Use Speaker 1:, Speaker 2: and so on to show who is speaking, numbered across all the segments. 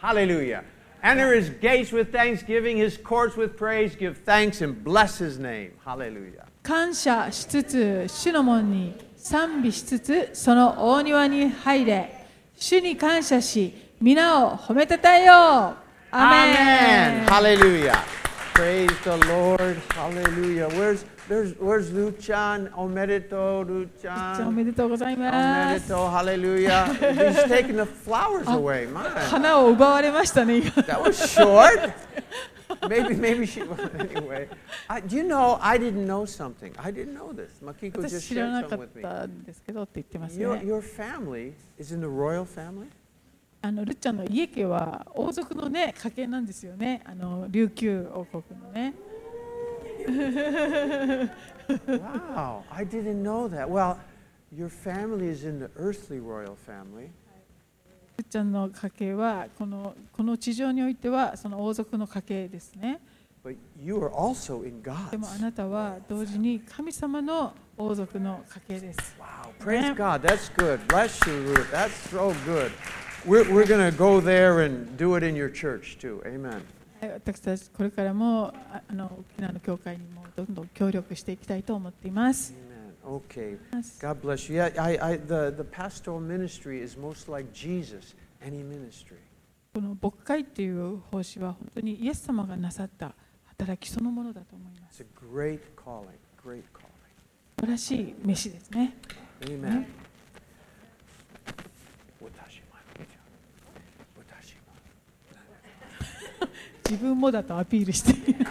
Speaker 1: Hallelujah. Enter his gates with thanksgiving, his courts with praise. Give thanks and bless his name. Hallelujah.
Speaker 2: 感謝しつつ、主の門に賛美しつつ、その大庭に入れ、主に感謝し、皆を褒めたたえよう。アメン
Speaker 1: Hallelujah. Praise the Lord. Hallelujah. Where's there's where's Luchan? Omerito,
Speaker 2: お
Speaker 1: Luchan.
Speaker 2: めでとうございます。
Speaker 1: Omerito, hallelujah. He's taking the flowers away. My
Speaker 2: 花を奪われましたね、今。
Speaker 1: that was short. Maybe maybe she anyway. I, do you know I didn't know something. I didn't know this. Makiko
Speaker 2: 私
Speaker 1: just
Speaker 2: 知ら
Speaker 1: shared
Speaker 2: なか
Speaker 1: something
Speaker 2: っ
Speaker 1: with me.
Speaker 2: たんですけどって言ってます
Speaker 1: Your,
Speaker 2: ね。
Speaker 1: your family is in the royal family?
Speaker 2: あのルッチャンの家家は王族のね家系なんですよね。あの琉球王国のね。
Speaker 1: Wow, I didn't know that. Well, your family is in the earthly royal family.
Speaker 2: ルッチャンの家系はこのこの地上においてはその王族の家系ですね。
Speaker 1: But you are also in
Speaker 2: でもあ
Speaker 1: God's.
Speaker 2: なたは同時に神様の王族の家系です。
Speaker 1: Wow, praise
Speaker 2: Yeah.
Speaker 1: God. That's good. Bless you, Ruth. That's so good. We're, we're going to go there and do it in your church too. Amen.
Speaker 2: はい私たちこれからもああの沖縄の教会にもどんどん協力していきたいと思っています。
Speaker 1: Amen. Okay. God bless you. Yeah, I, I, the, the pastoral ministry is most like Jesus, any ministry.
Speaker 2: この牧会っていう奉仕は本当にイエス様がなさった働きそのものだと思います。
Speaker 1: It's a great calling, great calling.
Speaker 2: 素晴らしい飯ですね。
Speaker 1: Amen. 私も私も
Speaker 2: 自分もだとアピールしている。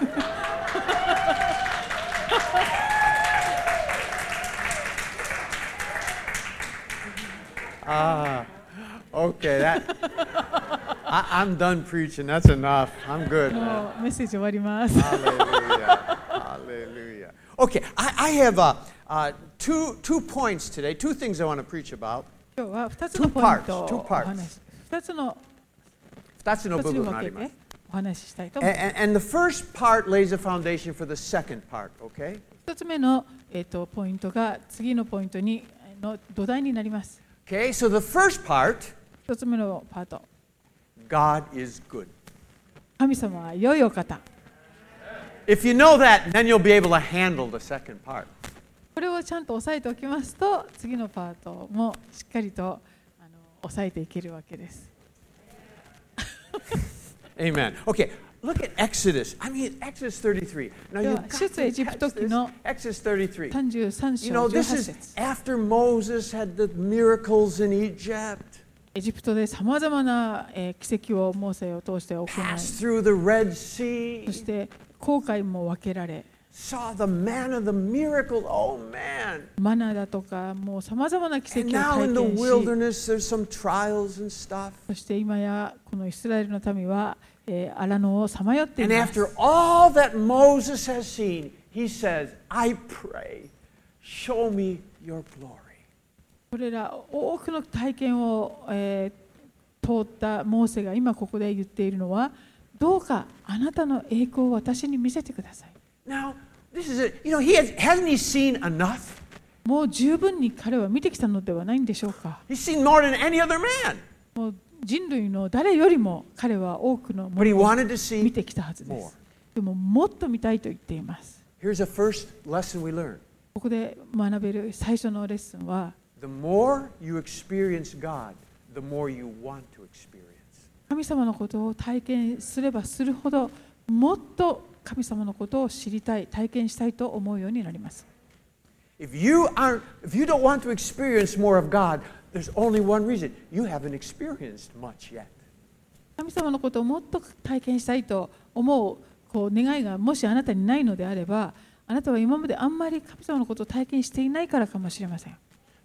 Speaker 1: Ah, okay. That I, I'm done preaching. That's enough. I'm good. man.
Speaker 2: もうメッセージ終わります。
Speaker 1: Hallelujah. Hallelujah. Okay, I, I have uh, uh, two two points today. Two things I want to preach about.
Speaker 2: 今日は二つのポイントを
Speaker 1: Two parts, two
Speaker 2: お
Speaker 1: parts.
Speaker 2: 話し、二つの
Speaker 1: 2つの
Speaker 2: 二つに
Speaker 1: 部分があ
Speaker 2: 分け
Speaker 1: ります。
Speaker 2: てお話ししたいと
Speaker 1: A-
Speaker 2: 思います。
Speaker 1: And, and the first part lays a foundation for the second part. Okay.
Speaker 2: 一つ目のえっ、とポイントが次のポイントにの土台になります。
Speaker 1: Okay. So the first part,
Speaker 2: 一つ目のパート、
Speaker 1: God is good.
Speaker 2: 神様は良いお方。
Speaker 1: If you know that, then you'll be able to handle the second part.
Speaker 2: これをちゃんと押さえておきますと、次のパートもしっかりとあの抑えていけるわけです。
Speaker 1: Amen. Okay, look at Exodus. I mean, Exodus 33. Now,
Speaker 2: Yeah,
Speaker 1: you've got to
Speaker 2: 出エジプト記の
Speaker 1: catch this. Exodus 33.
Speaker 2: 33
Speaker 1: You know,
Speaker 2: 章18
Speaker 1: this is
Speaker 2: 節
Speaker 1: after Moses had the miracles in Egypt,
Speaker 2: エジプトでさまざまな、えー奇跡をモーセを通して行い、
Speaker 1: passed
Speaker 2: そ
Speaker 1: through the Red Sea,
Speaker 2: して後悔も分けられ、
Speaker 1: saw the man of the miracle. Oh, man.
Speaker 2: マナーだとか、もうさまざまな奇
Speaker 1: And
Speaker 2: 跡
Speaker 1: now
Speaker 2: を体
Speaker 1: in the
Speaker 2: 験し、
Speaker 1: wilderness, there's some trials and stuff.
Speaker 2: そして今やこのイスラエルの民は、えー、荒野をさまよってい
Speaker 1: And
Speaker 2: ま
Speaker 1: after
Speaker 2: す。
Speaker 1: all that Moses has seen, he says, I pray, show me your glory.
Speaker 2: これら多くの体験を、えー通ったモーセが今ここで言っているのは、どうかあなたの栄光を私に見せてください。
Speaker 1: Now, this is it. You know, he has, hasn't he seen enough?
Speaker 2: もう十分に彼は見てきたのではないんでしょうか。
Speaker 1: He's seen more than any other man.
Speaker 2: もう人類の誰よりも彼は多くのも
Speaker 1: But he
Speaker 2: のを
Speaker 1: wanted to
Speaker 2: 見
Speaker 1: see.
Speaker 2: てきたはずで
Speaker 1: more.
Speaker 2: す。でももっと見たいと言っています。
Speaker 1: Here's a first lesson we learn.
Speaker 2: ここで学べる最初のレッスンは
Speaker 1: The more you experience God, the more you want to experience.
Speaker 2: 神様のことを体験すればするほどもっと神様のことを知りたい体験したいと思うようになります。
Speaker 1: If you aren't if you don't want to experience more of God, there's only one reason. You haven't experienced much yet.
Speaker 2: 神様のことをもっと体験したいと思うこう願いがもしあなたにないのであればあなたは今まであんまり神様のことを体験していないからかもしれません。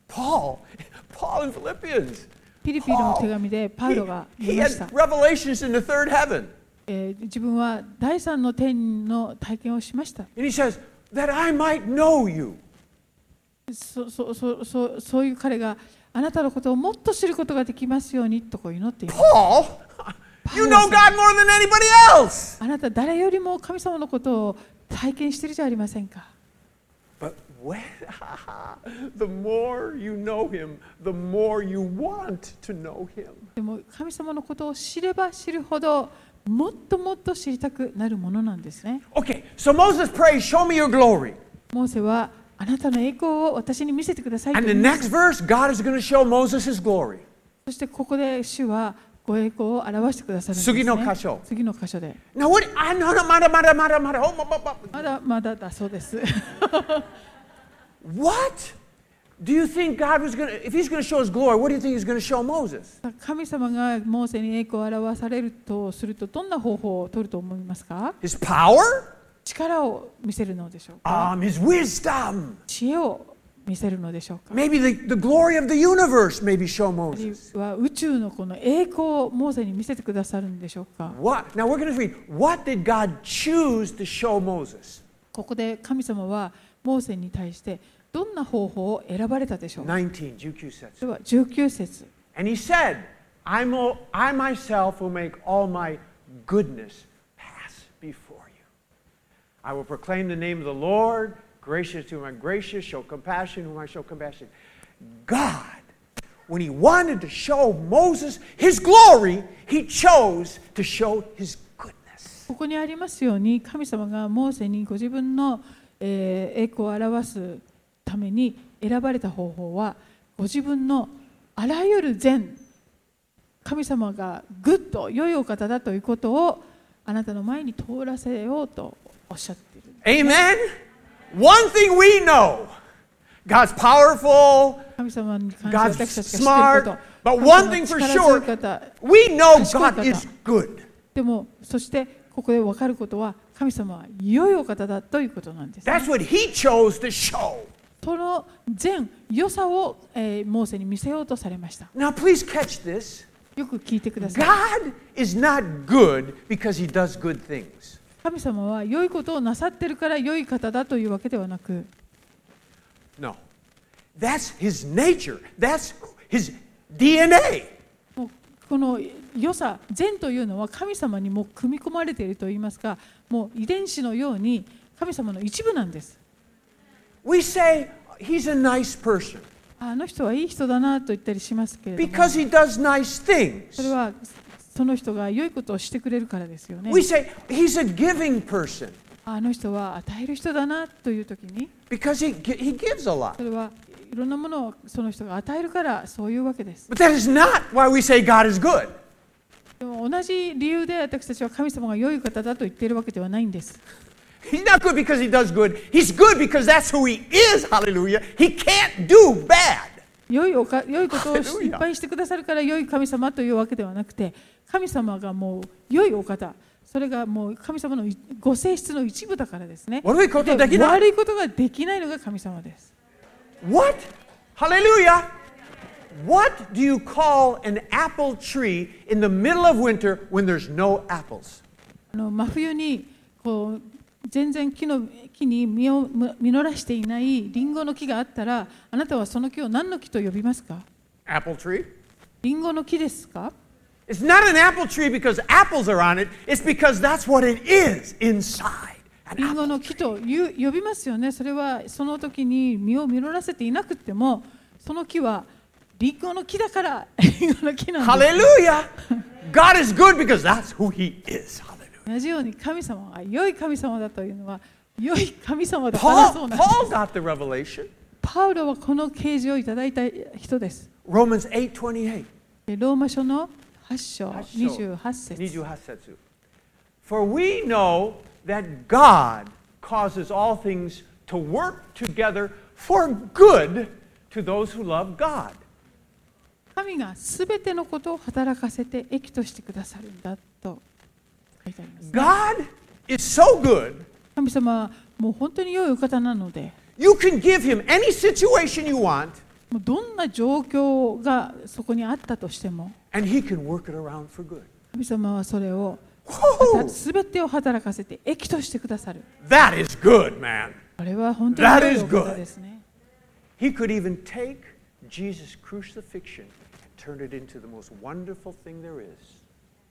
Speaker 1: Paul, Paul in Philippians,
Speaker 2: ピリピリの手紙でパウ
Speaker 1: He,
Speaker 2: ロが
Speaker 1: he
Speaker 2: 言いました
Speaker 1: had。revelations in the third heaven.
Speaker 2: えー自分は第三の天の体験をしました。
Speaker 1: And he says, That I might know you.
Speaker 2: そそそそそういう彼があなたのことをもっと知ることができますようにとこう祈っています。
Speaker 1: Paul, you know God more than anybody else.
Speaker 2: あなた誰よりも神様のことを体験してるじゃありませんか。
Speaker 1: But when, the more you know him, the more you want to know him.
Speaker 2: でも神様のことを知れば知るほどもっともっと知りたくなるものなんですね。
Speaker 1: Okay, so Moses prays, Show me your glory.
Speaker 2: モーセはあなたの栄光を私に見せてくださいと
Speaker 1: And the
Speaker 2: 言いま
Speaker 1: next
Speaker 2: した
Speaker 1: verse, God is going to show Moses his glory.
Speaker 2: そしてここで主はご栄光を表してくださるんです、ね。
Speaker 1: 次の箇所
Speaker 2: 次の箇所で。
Speaker 1: Now, what? I no, no, mara, mara, mara, mara, oh, ma, ma, ma.
Speaker 2: まだまだだそうです。
Speaker 1: What? Do you think God was going to, if he's going to show his glory, what do you think he's going to show Moses?
Speaker 2: 神様がモーセに栄光を表されるとするとどんな方法を取ると思いますか
Speaker 1: His power?
Speaker 2: 力を見せるのでしょうか
Speaker 1: Um, his wisdom.
Speaker 2: 知恵を見せるのでしょうか
Speaker 1: Maybe the, the glory of the universe maybe show
Speaker 2: あるい
Speaker 1: Moses.
Speaker 2: は宇宙のこの栄光をモーセに見せてくださるんでしょうか
Speaker 1: What? Now we're going to read. What did God choose to show Moses?
Speaker 2: ここで神様はモーセに対してどんな方法を選ばれたでしょうか
Speaker 1: 19, GQ
Speaker 2: で
Speaker 1: says.
Speaker 2: は19節
Speaker 1: And he said, I, mo- I myself will make all my goodness pass before you. I will proclaim the name of the Lord, gracious to whom I'm gracious, show compassion whom I show compassion. God, when he wanted to show Moses his glory, he chose to show his goodness.
Speaker 2: ここにありますように神様がモーセにご自分の、えー栄光を表すために選ばれた方法はご自分のあらゆる善神様がグッと良いお方だということをあなたの前に通らせようとおっしゃっている
Speaker 1: Amen? One thing we know God's powerful,
Speaker 2: 神様に関し
Speaker 1: God's
Speaker 2: て私たちが知ってい
Speaker 1: smart.
Speaker 2: ること
Speaker 1: But
Speaker 2: 神様
Speaker 1: one
Speaker 2: の
Speaker 1: thing for
Speaker 2: 力強い
Speaker 1: sure,
Speaker 2: 方
Speaker 1: we know
Speaker 2: That's
Speaker 1: God
Speaker 2: good,
Speaker 1: is good.
Speaker 2: でもそしてここで分かることは神様は良いお方だということなんですね、
Speaker 1: That's what he chose to show.
Speaker 2: その全良さを、えーモーセに見せようとされました。
Speaker 1: Now, please catch this.
Speaker 2: よく聞いてください。
Speaker 1: God is not good because he does good things.
Speaker 2: 神様は良いことをなさってるから良い方だというわけではなく、
Speaker 1: No. That's his nature. That's his DNA.
Speaker 2: もうこの良さ、善というのは神様にもう組み込まれているといいますか、もう遺伝子のように神様の一部なんです。
Speaker 1: We say he's a nice person
Speaker 2: あの人はいい人だなと言ったりしますけれども、
Speaker 1: because he does nice
Speaker 2: そ
Speaker 1: things.
Speaker 2: れはその人が良いことをしてくれるからですよね
Speaker 1: We。say he's a giving person
Speaker 2: あの人は与える人だなという時に、
Speaker 1: because he, gi- he gives a lot.
Speaker 2: それはいろんなものをその人が与えるからそういうわけです。
Speaker 1: But that is not why we say God is good.
Speaker 2: でも同じ理由で私たちは神様が良い方だと言っているわけではないんです。
Speaker 1: He's not good because he does good. He's good because that's who he is. Hallelujah. He can't do bad.
Speaker 2: 良いおか良いことを
Speaker 1: ハレル
Speaker 2: い
Speaker 1: ヤ
Speaker 2: っぱいしてくださるから良い神様というわけではなくて、神様がもう良いお方、それがもう神様のいご性質の一部だからですね。
Speaker 1: 悪いことできない
Speaker 2: 悪いことができないのが神様です。
Speaker 1: What? Hallelujah. What do you call an apple tree in the middle of winter when there's no apples?
Speaker 2: あの真冬にこう全然木の木に実をむ実らしていないリンゴの木があったら、あなたはその木を何の木と呼びますか
Speaker 1: Apple tree?
Speaker 2: リンゴの木ですか
Speaker 1: It's not an apple tree because apples are on it. It's because that's what it is inside. An
Speaker 2: リン
Speaker 1: apple.
Speaker 2: ゴの木という呼びますよね。それはその時に実を実らせていなくても、その木はリンゴの木だからリンゴの木なんです。
Speaker 1: Hallelujah. God is good because that's who he is. Hallelujah.
Speaker 2: 同じように神様が良い神様だというのは良い神様だからそ
Speaker 1: Paul,
Speaker 2: うなんです。
Speaker 1: Paul got the revelation.
Speaker 2: パウロはこの啓示をいただいた人です。
Speaker 1: Romans 8:28.
Speaker 2: でローマ書の8章
Speaker 1: 8
Speaker 2: 28節
Speaker 1: 28節. For we know that God causes all things to work together for good to those who love God.
Speaker 2: 神がすべてのことを働かせて益としてくださるんだと書いてあります。
Speaker 1: God is so good,
Speaker 2: 神様はもう本当に良いお方なので。
Speaker 1: you can give him any situation you want,
Speaker 2: もうどんな状況がそこにあったとしても
Speaker 1: and He can work it around for good.
Speaker 2: 神様はそれを
Speaker 1: Whoa!
Speaker 2: 全てを働かせて益としてくださる
Speaker 1: That is good, man.
Speaker 2: これは本当に良
Speaker 1: That
Speaker 2: い
Speaker 1: is
Speaker 2: お
Speaker 1: good.
Speaker 2: 方ですね
Speaker 1: He could even take Jesus' crucifixion and turn it into the most wonderful thing there is.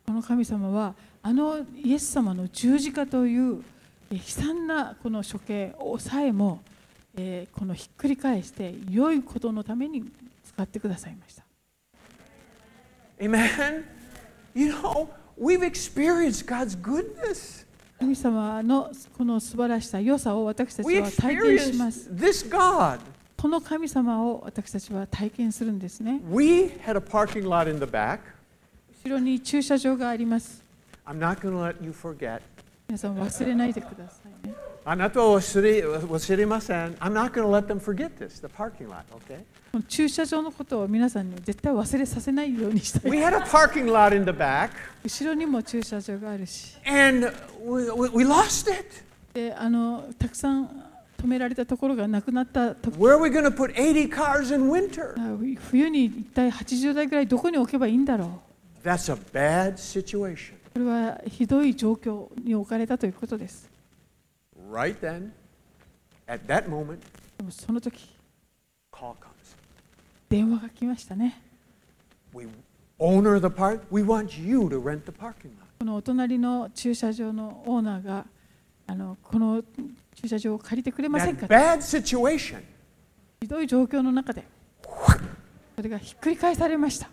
Speaker 2: この神様はあのイエス様の十字架というえー悲惨なこの処刑をさえも、えーこのひっくり返して良いことのために使ってくださいました
Speaker 1: Amen? You know, we've experienced God's goodness.
Speaker 2: 神様のこの素晴らしさ良さを私たち
Speaker 1: We
Speaker 2: は体験します
Speaker 1: experienced this God.
Speaker 2: この神様を私たちは体験するんですね
Speaker 1: We had a parking lot in the back.
Speaker 2: 後ろに駐車場があります
Speaker 1: I'm not going to let you forget.
Speaker 2: 皆さん忘れないでくださいね
Speaker 1: あなたは忘れ忘れません。I'm not going to let them forget this, the parking lot, okay?
Speaker 2: この駐車場のことを皆さんに絶対忘れさせないようにした
Speaker 1: We
Speaker 2: い
Speaker 1: had a parking lot in the back,
Speaker 2: 後ろにも駐車場があるし
Speaker 1: and we, we, we lost it.
Speaker 2: であのたくさん止められたところがなくなったと
Speaker 1: Where are we going to put 80 cars in winter?
Speaker 2: あ冬に一体80台ぐらいどこに置けばいいんだろう
Speaker 1: That's a bad situation.
Speaker 2: これはひどい状況に置かれたということです
Speaker 1: Right then, at that moment,
Speaker 2: でもその時
Speaker 1: call comes.
Speaker 2: 電話が来ましたね
Speaker 1: We owner of the park. We want you to rent the parking lot.
Speaker 2: このお隣の駐車場のオーナーがあのこの駐車場を借りてくれませんか
Speaker 1: That bad situation.
Speaker 2: ひどい状況の中でそれがひっくり返されました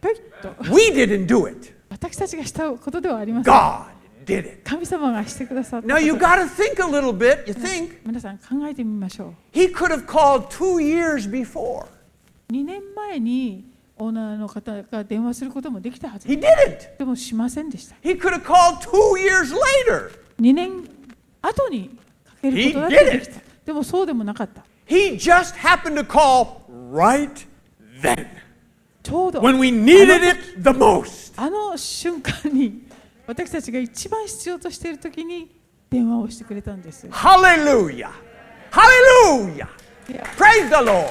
Speaker 2: ぷいっと
Speaker 1: We didn't do it.
Speaker 2: 私たちがしたことではありません
Speaker 1: God did it.
Speaker 2: 神様がしてくださった
Speaker 1: Now
Speaker 2: こと
Speaker 1: you got to think a little bit. You think
Speaker 2: 皆さん考えてみましょ
Speaker 1: he could have called two years before.
Speaker 2: う2年前にオーナーの方が電話することもできたはず
Speaker 1: He didn't.
Speaker 2: でもしませんでした
Speaker 1: He could have called two years later.
Speaker 2: 2年後にかけることだっ
Speaker 1: He did
Speaker 2: て
Speaker 1: it.
Speaker 2: できたでもそうでもなかった
Speaker 1: He just happened to call right then
Speaker 2: ちょうど
Speaker 1: when we needed it the most.
Speaker 2: あの瞬間に私たちが一番必要としている時に電話をしてくれたんです
Speaker 1: Hallelujah. Hallelujah.
Speaker 2: Yeah.
Speaker 1: Praise the Lord.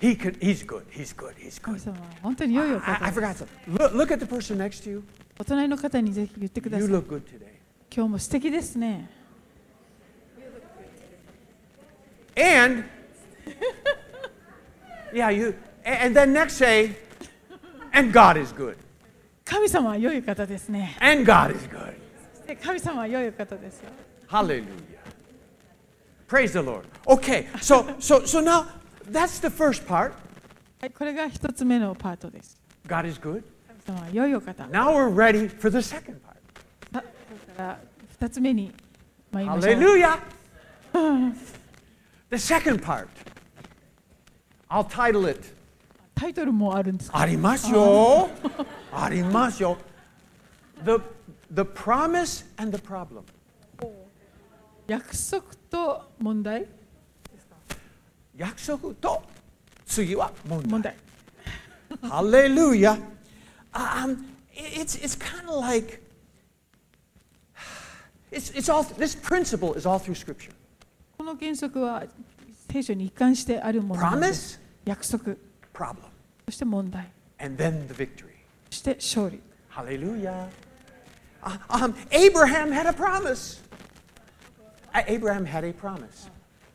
Speaker 1: He could, he's good. He's good. He's
Speaker 2: 神
Speaker 1: good.
Speaker 2: 様は本当に良いお
Speaker 1: I,
Speaker 2: 方
Speaker 1: I
Speaker 2: です
Speaker 1: forgot something. Look, look at the person next to you.
Speaker 2: お隣の方にぜひ言ってくださ
Speaker 1: You
Speaker 2: い
Speaker 1: look good today.
Speaker 2: 今日も素敵ですね
Speaker 1: And yeah, you a- and then next say, and God is good.
Speaker 2: 神様は良いお方ですね
Speaker 1: And God is good.
Speaker 2: で神様は良いお方ですよ
Speaker 1: Hallelujah. Praise the Lord. Okay, so so so now that's the first part.
Speaker 2: はい、これが一つ目のパートです。
Speaker 1: God is good.
Speaker 2: 神様は良いお方。だ
Speaker 1: Now we're ready for the second part.
Speaker 2: から二つ目に参りましょう。
Speaker 1: Hallelujah. the second part. I'll title it
Speaker 2: タイトルもあるんですか。
Speaker 1: Arimasyo. Arimasyo. The, the promise and the problem.
Speaker 2: 約束と問題
Speaker 1: 約束と次は問題。
Speaker 2: 問題。
Speaker 1: Hallelujah. Um, it- it's it's kind of like it's, it's all this principle is all through Scripture.
Speaker 2: この原則は聖書に一貫してあるものなんです。約束、
Speaker 1: Problem.
Speaker 2: そして問題、
Speaker 1: And then the victory.
Speaker 2: そして勝利。
Speaker 1: Hallelujah. Uh, um, Abraham had a promise. Uh, Abraham had a promise.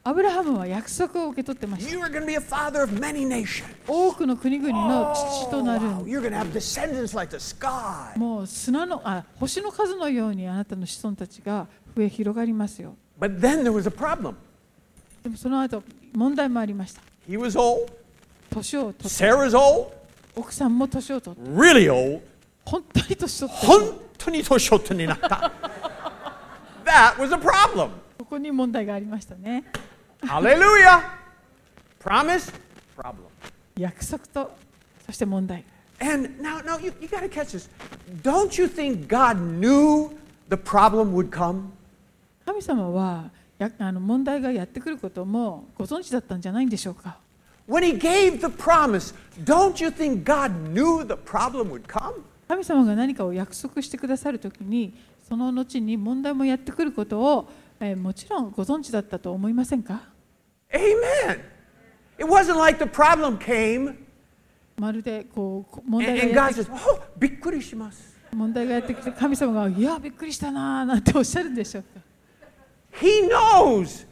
Speaker 2: アブラハムは約束を受け取ってました。
Speaker 1: You are going to be a father of many nations. Oh,
Speaker 2: 多くの国々の父とな
Speaker 1: wow.
Speaker 2: る。
Speaker 1: You're going to have descendants like the sky.
Speaker 2: もう砂のあ星の数のようにあなたの子孫たちが増え広がりますよ。
Speaker 1: But then there was a problem.
Speaker 2: でもその後問題もありました。
Speaker 1: He was old.
Speaker 2: 年を取っ
Speaker 1: Sarah's old.
Speaker 2: 奥さんも年を取って
Speaker 1: Really old.
Speaker 2: 本当に年取ってこ
Speaker 1: 本当に年を取ってなった。that was a problem.
Speaker 2: こに問題がありましたね
Speaker 1: Hallelujah. Promise, problem.
Speaker 2: 約束とそして問題
Speaker 1: And now, now you, you got to catch this. Don't you think God knew the problem would come?
Speaker 2: 神様はやあの問題がやってくることもご存知だったんじゃないんでしょうか
Speaker 1: When he gave the promise, don't you think God knew the problem would come?
Speaker 2: 神様が何かを約束してくださるときにその後に問題もやってくることを、えーもちろんご存知だったと思いませんか
Speaker 1: Amen. It wasn't like the problem came
Speaker 2: まるでこうこ問
Speaker 1: and,
Speaker 2: 題
Speaker 1: and
Speaker 2: がや
Speaker 1: God
Speaker 2: って
Speaker 1: says, Oh, びっくりします.
Speaker 2: 問題がやってきて神様が「いやびっくりしたな」なんておっしゃるんでしょうか
Speaker 1: He knows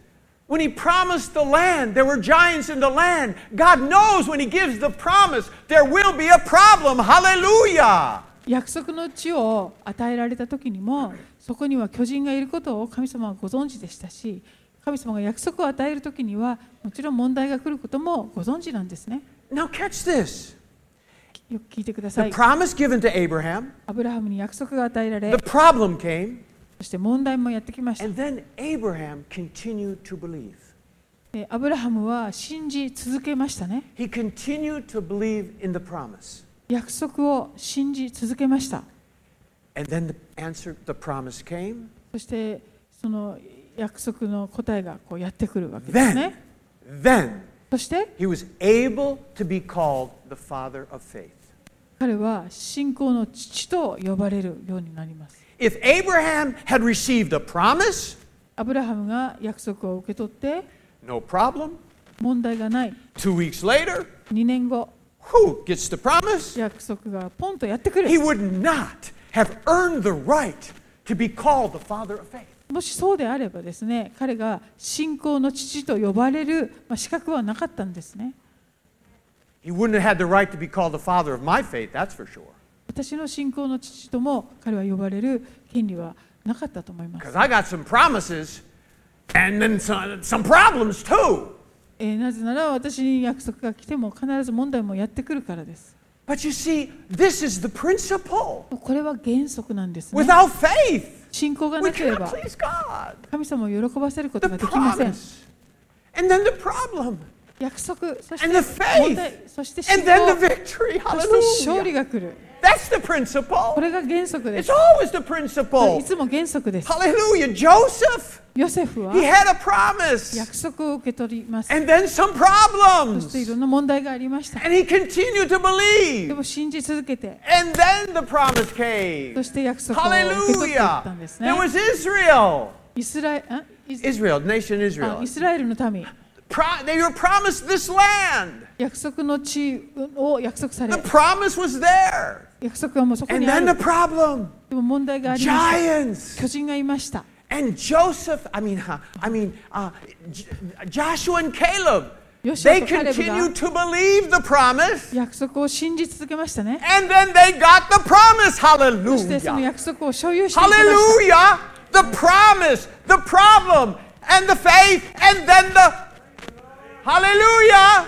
Speaker 1: when He promised the land, there were giants in the land. God knows when He gives the promise, there will be a problem. Hallelujah.
Speaker 2: 約束の地を与えられた時にもそこには巨人がいることを神様はご存知でしたし神様が約束を与える時にはもちろん問題が来ることもご存知なんですね
Speaker 1: Now, catch this
Speaker 2: よく聞いてくださ
Speaker 1: the
Speaker 2: い
Speaker 1: promise given to Abraham,
Speaker 2: アブラハムに約束が与えられ
Speaker 1: the problem came,
Speaker 2: そして問題もやってきました
Speaker 1: and then Abraham continued to believe.
Speaker 2: えーアブラハムは信じ続けましたね
Speaker 1: He continued to believe in the promise.
Speaker 2: 約束を信じ続けました
Speaker 1: And then the answer, the promise came.
Speaker 2: そしてその約束の答えがこうやってくるわけです
Speaker 1: Then,
Speaker 2: ね
Speaker 1: then
Speaker 2: そして
Speaker 1: he was able to be called the father of faith.
Speaker 2: 彼は信仰の父と呼ばれるようになります
Speaker 1: If Abraham had received a promise,
Speaker 2: アブラハムが約束を受け取って
Speaker 1: no problem.
Speaker 2: 問題がない
Speaker 1: Two weeks later,
Speaker 2: 2年後
Speaker 1: who gets the promise?
Speaker 2: 約束がポンとやってく
Speaker 1: He
Speaker 2: る
Speaker 1: would not have earned the right to be called the father of faith.
Speaker 2: もしそうであればですね彼が信仰の父と呼ばれる、まあ、資格はなかったんですね
Speaker 1: He wouldn't have had the right to be called the father of my faith, that's for sure.
Speaker 2: 私の信仰の父とも彼は呼ばれる権利はなかったと思います
Speaker 1: Because、I got some promises and then some, some problems too.
Speaker 2: えーなぜなら私に約束が来ても必ず問題もやってくるからです
Speaker 1: But you see, this is the principle.
Speaker 2: これは原則なんですね
Speaker 1: Without faith,
Speaker 2: 信仰が
Speaker 1: we
Speaker 2: なけれ
Speaker 1: cannot
Speaker 2: ば
Speaker 1: please God.
Speaker 2: 神様を喜ばせること
Speaker 1: The
Speaker 2: ができません
Speaker 1: promise. And then the problem.
Speaker 2: 約束そし
Speaker 1: And the
Speaker 2: て
Speaker 1: faith.
Speaker 2: 問題そして信
Speaker 1: And then the
Speaker 2: 仰
Speaker 1: victory.
Speaker 2: そして勝利
Speaker 1: Hallelujah.
Speaker 2: が来る
Speaker 1: That's the
Speaker 2: こ
Speaker 1: principle.
Speaker 2: れが原則で
Speaker 1: It's
Speaker 2: す
Speaker 1: always the
Speaker 2: い
Speaker 1: principle.
Speaker 2: つも原則です
Speaker 1: Hallelujah. Joseph,
Speaker 2: ヨセフは
Speaker 1: he had a promise.
Speaker 2: 約束を受け取りますそ
Speaker 1: And then some
Speaker 2: してい
Speaker 1: problems.
Speaker 2: ろんな問題がありました
Speaker 1: And he continued to
Speaker 2: で
Speaker 1: believe.
Speaker 2: も信じ続けて
Speaker 1: And then the promise came.
Speaker 2: そして約束を受け取っていったん
Speaker 1: Hallelujah.
Speaker 2: ですね
Speaker 1: There was Israel.
Speaker 2: イスラエルイス
Speaker 1: Israel, nation
Speaker 2: あ
Speaker 1: Israel.
Speaker 2: イスラエルの民
Speaker 1: Pro- they were promised this land.
Speaker 2: 約束の地を約束され
Speaker 1: The promise was there.
Speaker 2: 約束はもうそこ
Speaker 1: And
Speaker 2: にあ
Speaker 1: then
Speaker 2: る
Speaker 1: the problem
Speaker 2: でも問題がありました
Speaker 1: giants.
Speaker 2: 巨人がいました
Speaker 1: And Joseph, I mean, uh, I mean, uh, J- Joshua and Caleb,
Speaker 2: Joshua
Speaker 1: they
Speaker 2: to Caleb,
Speaker 1: continued
Speaker 2: God.
Speaker 1: to believe the promise,
Speaker 2: 約束を信じ続けましたね
Speaker 1: and then they got the promise.
Speaker 2: そしてその
Speaker 1: Hallelujah!
Speaker 2: 約束を所有していきました
Speaker 1: Hallelujah! The promise, the problem, and the faith, and then the Hallelujah!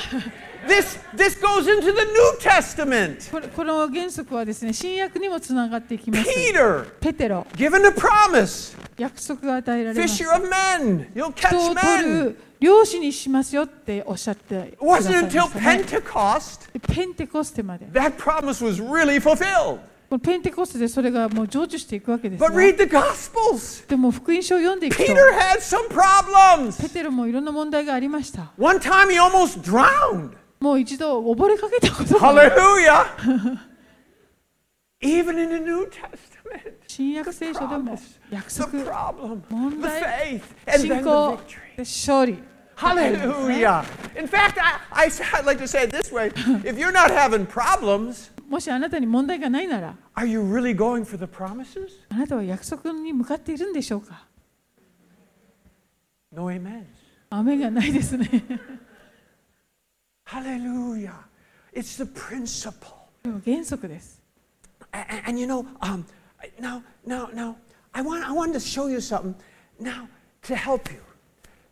Speaker 1: This this goes into the New Testament.
Speaker 2: これこの原則はですね新約にもつながっていきます
Speaker 1: Peter,
Speaker 2: ペテロ
Speaker 1: given the promise,
Speaker 2: 約束が与えられます
Speaker 1: fisher of men, you'll
Speaker 2: 人
Speaker 1: catch
Speaker 2: を取
Speaker 1: men.
Speaker 2: る漁師にしますよっておっしゃってく
Speaker 1: It
Speaker 2: ださ
Speaker 1: wasn't
Speaker 2: いま
Speaker 1: until
Speaker 2: した、ね、
Speaker 1: Pentecost
Speaker 2: でペンテコステまで
Speaker 1: that promise was really fulfilled.
Speaker 2: このペンテコステでそれがもう成就していくわけです、
Speaker 1: But
Speaker 2: ね、
Speaker 1: read the Gospels.
Speaker 2: でも福音書を読んでいくと
Speaker 1: Peter had some
Speaker 2: ペ
Speaker 1: problems.
Speaker 2: テロもいろんな問題がありました
Speaker 1: One time he almost drowned.
Speaker 2: もう一度溺れかけたことがある
Speaker 1: Hallelujah. Even in the New Testament,
Speaker 2: 新約聖書でも
Speaker 1: promise,
Speaker 2: 約
Speaker 1: the
Speaker 2: 束
Speaker 1: problem,
Speaker 2: 問
Speaker 1: the
Speaker 2: 題
Speaker 1: faith, and
Speaker 2: 信
Speaker 1: then the
Speaker 2: 仰
Speaker 1: victory.
Speaker 2: で勝利
Speaker 1: Hallelujah. In fact, I, I, would like to say it this way if you're not having problems,
Speaker 2: もしあなたに問題がないなら
Speaker 1: are you really going for the promises?
Speaker 2: あなたは約束に向かっているんでしょうか
Speaker 1: No amens.
Speaker 2: 雨がないですね
Speaker 1: Hallelujah. It's the principle.
Speaker 2: でも原則です
Speaker 1: And, and you know, um, I- now, now, now, I want, I wanted to show you something now to help you.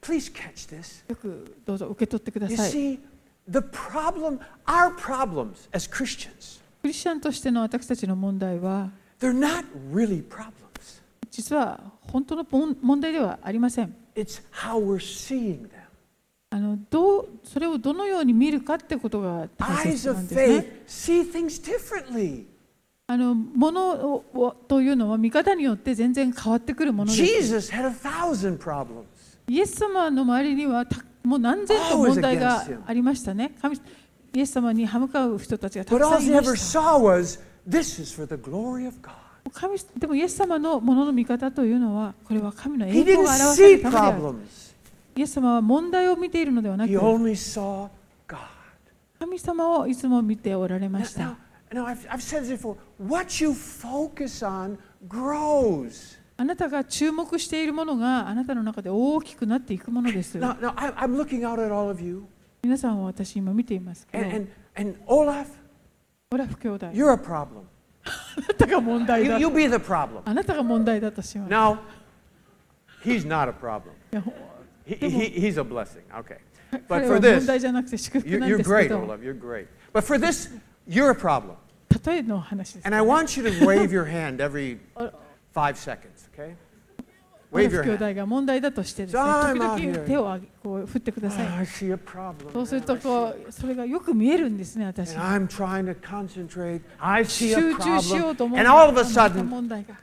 Speaker 1: Please catch this.
Speaker 2: よくどうぞ受け取ってくだ
Speaker 1: You
Speaker 2: さい
Speaker 1: see, the problem, our problems as Christians,
Speaker 2: クリスチャンとしての私たちの問題は
Speaker 1: they're not really problems.
Speaker 2: 実は本当の問問題ではありません
Speaker 1: It's how we're seeing them.
Speaker 2: あのどうそれをどのように見るかってことが大
Speaker 1: Eyes
Speaker 2: 切な
Speaker 1: of
Speaker 2: んですね
Speaker 1: faith。see things differently.
Speaker 2: あのものををというのは見方によって全然変わってくるものです。
Speaker 1: Jesus had a thousand problems.
Speaker 2: イエス様の周りにはたもう何千と問題がありましたね。神イエス様に歯向かう人たちがた
Speaker 1: But
Speaker 2: くさ
Speaker 1: all
Speaker 2: んい
Speaker 1: he
Speaker 2: ま
Speaker 1: ever
Speaker 2: した。
Speaker 1: saw was this is for the glory of God.
Speaker 2: 神でもイエス様のものの見方というのはこれは神の
Speaker 1: He
Speaker 2: 栄光
Speaker 1: didn't
Speaker 2: が表され
Speaker 1: see
Speaker 2: るためである
Speaker 1: problems,
Speaker 2: イエス様は問題を見ているのではなく
Speaker 1: he only saw God.
Speaker 2: 神様をいつも見ておられま
Speaker 1: Now,
Speaker 2: した
Speaker 1: now, now I've, I've said this before what you focus on grows.
Speaker 2: あなたが注目しているものがあなたの中で大きくなっていくものです
Speaker 1: Now, now I, I'm looking out at all of you,
Speaker 2: 皆さんは私今見ていますけ
Speaker 1: and,
Speaker 2: ど
Speaker 1: and, and Olaf,
Speaker 2: オラフ兄弟
Speaker 1: you're a problem.
Speaker 2: あなたが問題
Speaker 1: You,
Speaker 2: だ
Speaker 1: you be the problem.
Speaker 2: あなたが問題だとします
Speaker 1: Now, he's not a problem.
Speaker 2: いやほ
Speaker 1: He, he, he's a blessing. Okay.
Speaker 2: 彼
Speaker 1: But
Speaker 2: は
Speaker 1: for
Speaker 2: 問
Speaker 1: this,
Speaker 2: 題じゃなくて祝福
Speaker 1: you,
Speaker 2: なん
Speaker 1: you're
Speaker 2: ですけ
Speaker 1: great,
Speaker 2: ど
Speaker 1: Olaf. You're great. But for this, you're a problem.
Speaker 2: 例えの話です
Speaker 1: And I want you to wave your hand every five seconds, okay?
Speaker 2: オラ
Speaker 1: Wave
Speaker 2: フ
Speaker 1: your
Speaker 2: 兄
Speaker 1: hand.
Speaker 2: 弟が問題だとしてですね
Speaker 1: Time out
Speaker 2: 時々
Speaker 1: here.
Speaker 2: 手を上げこう振ってくだ
Speaker 1: Ah,
Speaker 2: さい
Speaker 1: I see a problem.
Speaker 2: そうする
Speaker 1: man.
Speaker 2: と
Speaker 1: I see
Speaker 2: こ
Speaker 1: it.
Speaker 2: うそれがよく見えるんですね私
Speaker 1: And I'm trying to concentrate. I see
Speaker 2: 集
Speaker 1: a
Speaker 2: 中しようと
Speaker 1: problem.
Speaker 2: 思う
Speaker 1: And all of a
Speaker 2: あまた
Speaker 1: sudden,
Speaker 2: 問題が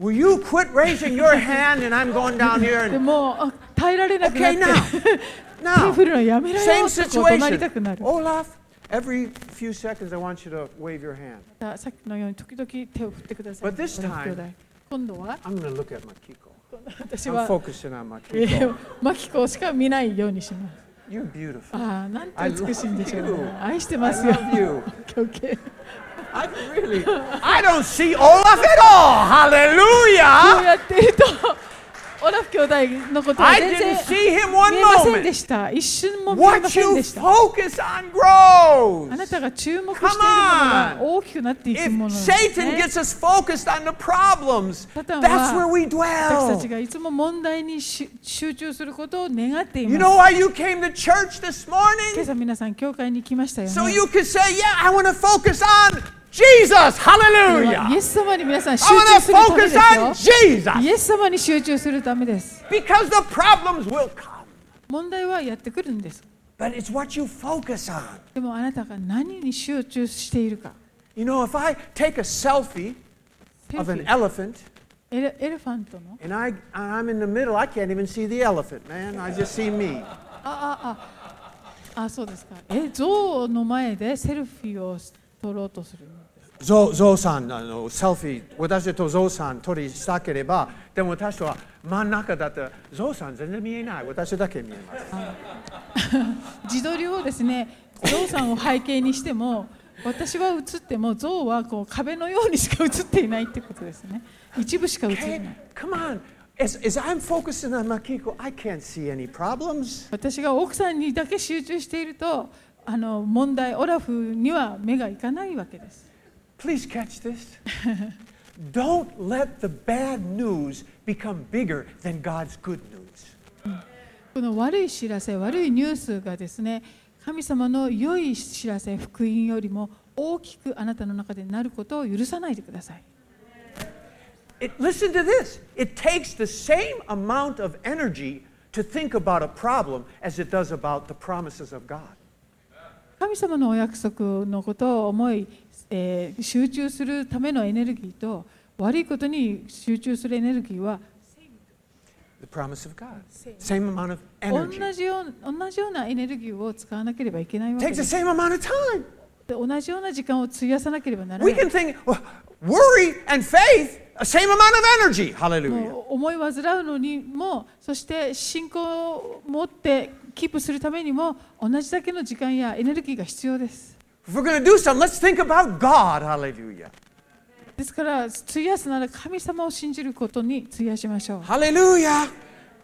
Speaker 1: will you quit raising your hand and I'm going down here
Speaker 2: で
Speaker 1: and
Speaker 2: もうあ耐えられなくなっ
Speaker 1: okay
Speaker 2: て
Speaker 1: now.
Speaker 2: 手
Speaker 1: Now
Speaker 2: 振るのやめられよ
Speaker 1: same
Speaker 2: ってこう怒鳴りた
Speaker 1: situation.
Speaker 2: くなる
Speaker 1: Olaf, every few seconds I want you to wave your hand.
Speaker 2: さっきのように時々手を振ってください
Speaker 1: But this
Speaker 2: オラフ兄弟
Speaker 1: time-
Speaker 2: 今度は
Speaker 1: I'm going to look at Makiko.
Speaker 2: 私
Speaker 1: I'm
Speaker 2: は
Speaker 1: focusing on
Speaker 2: え
Speaker 1: Makiko.
Speaker 2: ー マキコしか見ないようにします
Speaker 1: You're beautiful.
Speaker 2: ああなんて美しいんでしょ
Speaker 1: I love
Speaker 2: うね
Speaker 1: you.
Speaker 2: 愛して
Speaker 1: I
Speaker 2: ますよ
Speaker 1: love Oh, you.
Speaker 2: OK
Speaker 1: I really, I don't see Olaf at all.
Speaker 2: こう
Speaker 1: Hallelujah.
Speaker 2: やってる とオラフ兄弟のことは
Speaker 1: I
Speaker 2: 全然
Speaker 1: didn't see him
Speaker 2: 見
Speaker 1: one
Speaker 2: えませんで
Speaker 1: moment.
Speaker 2: した一瞬も見えま
Speaker 1: What
Speaker 2: せん
Speaker 1: you
Speaker 2: でしたあ
Speaker 1: focus on grows.
Speaker 2: なたが注目しているものが
Speaker 1: Come on.
Speaker 2: 大きくなってい
Speaker 1: If
Speaker 2: くものなんです
Speaker 1: Satan gets
Speaker 2: ね
Speaker 1: us focused on the problems,
Speaker 2: サタンは、
Speaker 1: Oh, that's where we
Speaker 2: 私た
Speaker 1: dwell.
Speaker 2: ちがいつも問題にし集中することを願ってい
Speaker 1: You
Speaker 2: ます
Speaker 1: know why you came to church this
Speaker 2: 今
Speaker 1: morning?
Speaker 2: 朝皆さん教会に来ましたよ
Speaker 1: So
Speaker 2: ね
Speaker 1: you could say, Yeah, I want to focus on Jesus.
Speaker 2: これはイ
Speaker 1: Hallelujah.
Speaker 2: エス様に皆さん集
Speaker 1: I
Speaker 2: 中
Speaker 1: want
Speaker 2: す
Speaker 1: to
Speaker 2: るためです
Speaker 1: focus on
Speaker 2: よ
Speaker 1: Jesus
Speaker 2: イエス様に集中するためです
Speaker 1: because the problems will come.
Speaker 2: 問題はやってくるんです
Speaker 1: But it's what you focus on.
Speaker 2: でもあなたが何に集中しているか
Speaker 1: You know, if I take a selfie
Speaker 2: セル
Speaker 1: of
Speaker 2: フ
Speaker 1: an
Speaker 2: ィ
Speaker 1: elephant
Speaker 2: エレエレファントの
Speaker 1: and I, I'm in the middle, I can't even see the elephant, man. I just see me.
Speaker 2: ああああそうですかえ象の前でセルフィーを撮ろうとする
Speaker 1: Zo- Zo-san あのセルフィー私と Zo-san 撮りしたければでも私は真ん中だったら Zo-san 全然見えない私だけ見えます
Speaker 2: 自撮りをですね象さんを背景にしても私は映っても象はこう壁のようにしか映っていないってことですね一部しか映ら
Speaker 1: Okay?
Speaker 2: ない
Speaker 1: Come on as, as I'm focusing on Makiko I can't see any problems
Speaker 2: 私が奥さんにだけ集中しているとあの問題オラフには目がいかないわけです
Speaker 1: Please catch this Don't let the bad news become bigger than God's good news
Speaker 2: この悪い知らせ悪いニュースがですね神様の良い知らせ福音よりも大きくあなたの中でなることを許さないでください
Speaker 1: It, listen to this. It takes the same amount of energy to think about a problem as it does about the promises of God.
Speaker 2: 神様のお約束のことを思い、えー集中するためのエネルギーと悪いことに集中するエネルギーは
Speaker 1: The promise of God.
Speaker 2: Same.
Speaker 1: Same amount of
Speaker 2: 同
Speaker 1: energy.
Speaker 2: じよう同じようなエネルギーを使わなければいけないわけ
Speaker 1: Takes
Speaker 2: で
Speaker 1: the
Speaker 2: す
Speaker 1: same amount of time.
Speaker 2: で同じような時間を費やさなければならな
Speaker 1: We
Speaker 2: い
Speaker 1: can think well, worry and faith, the same amount of energy. Hallelujah.
Speaker 2: もう思い煩うのにもそして信仰を持ってキープするためにも同じだけの時間やエネルギーが必要です
Speaker 1: If we're going to do something, let's think about God. Hallelujah.
Speaker 2: ですから費やすなら神様を信じることに費やしましょう
Speaker 1: Hallelujah.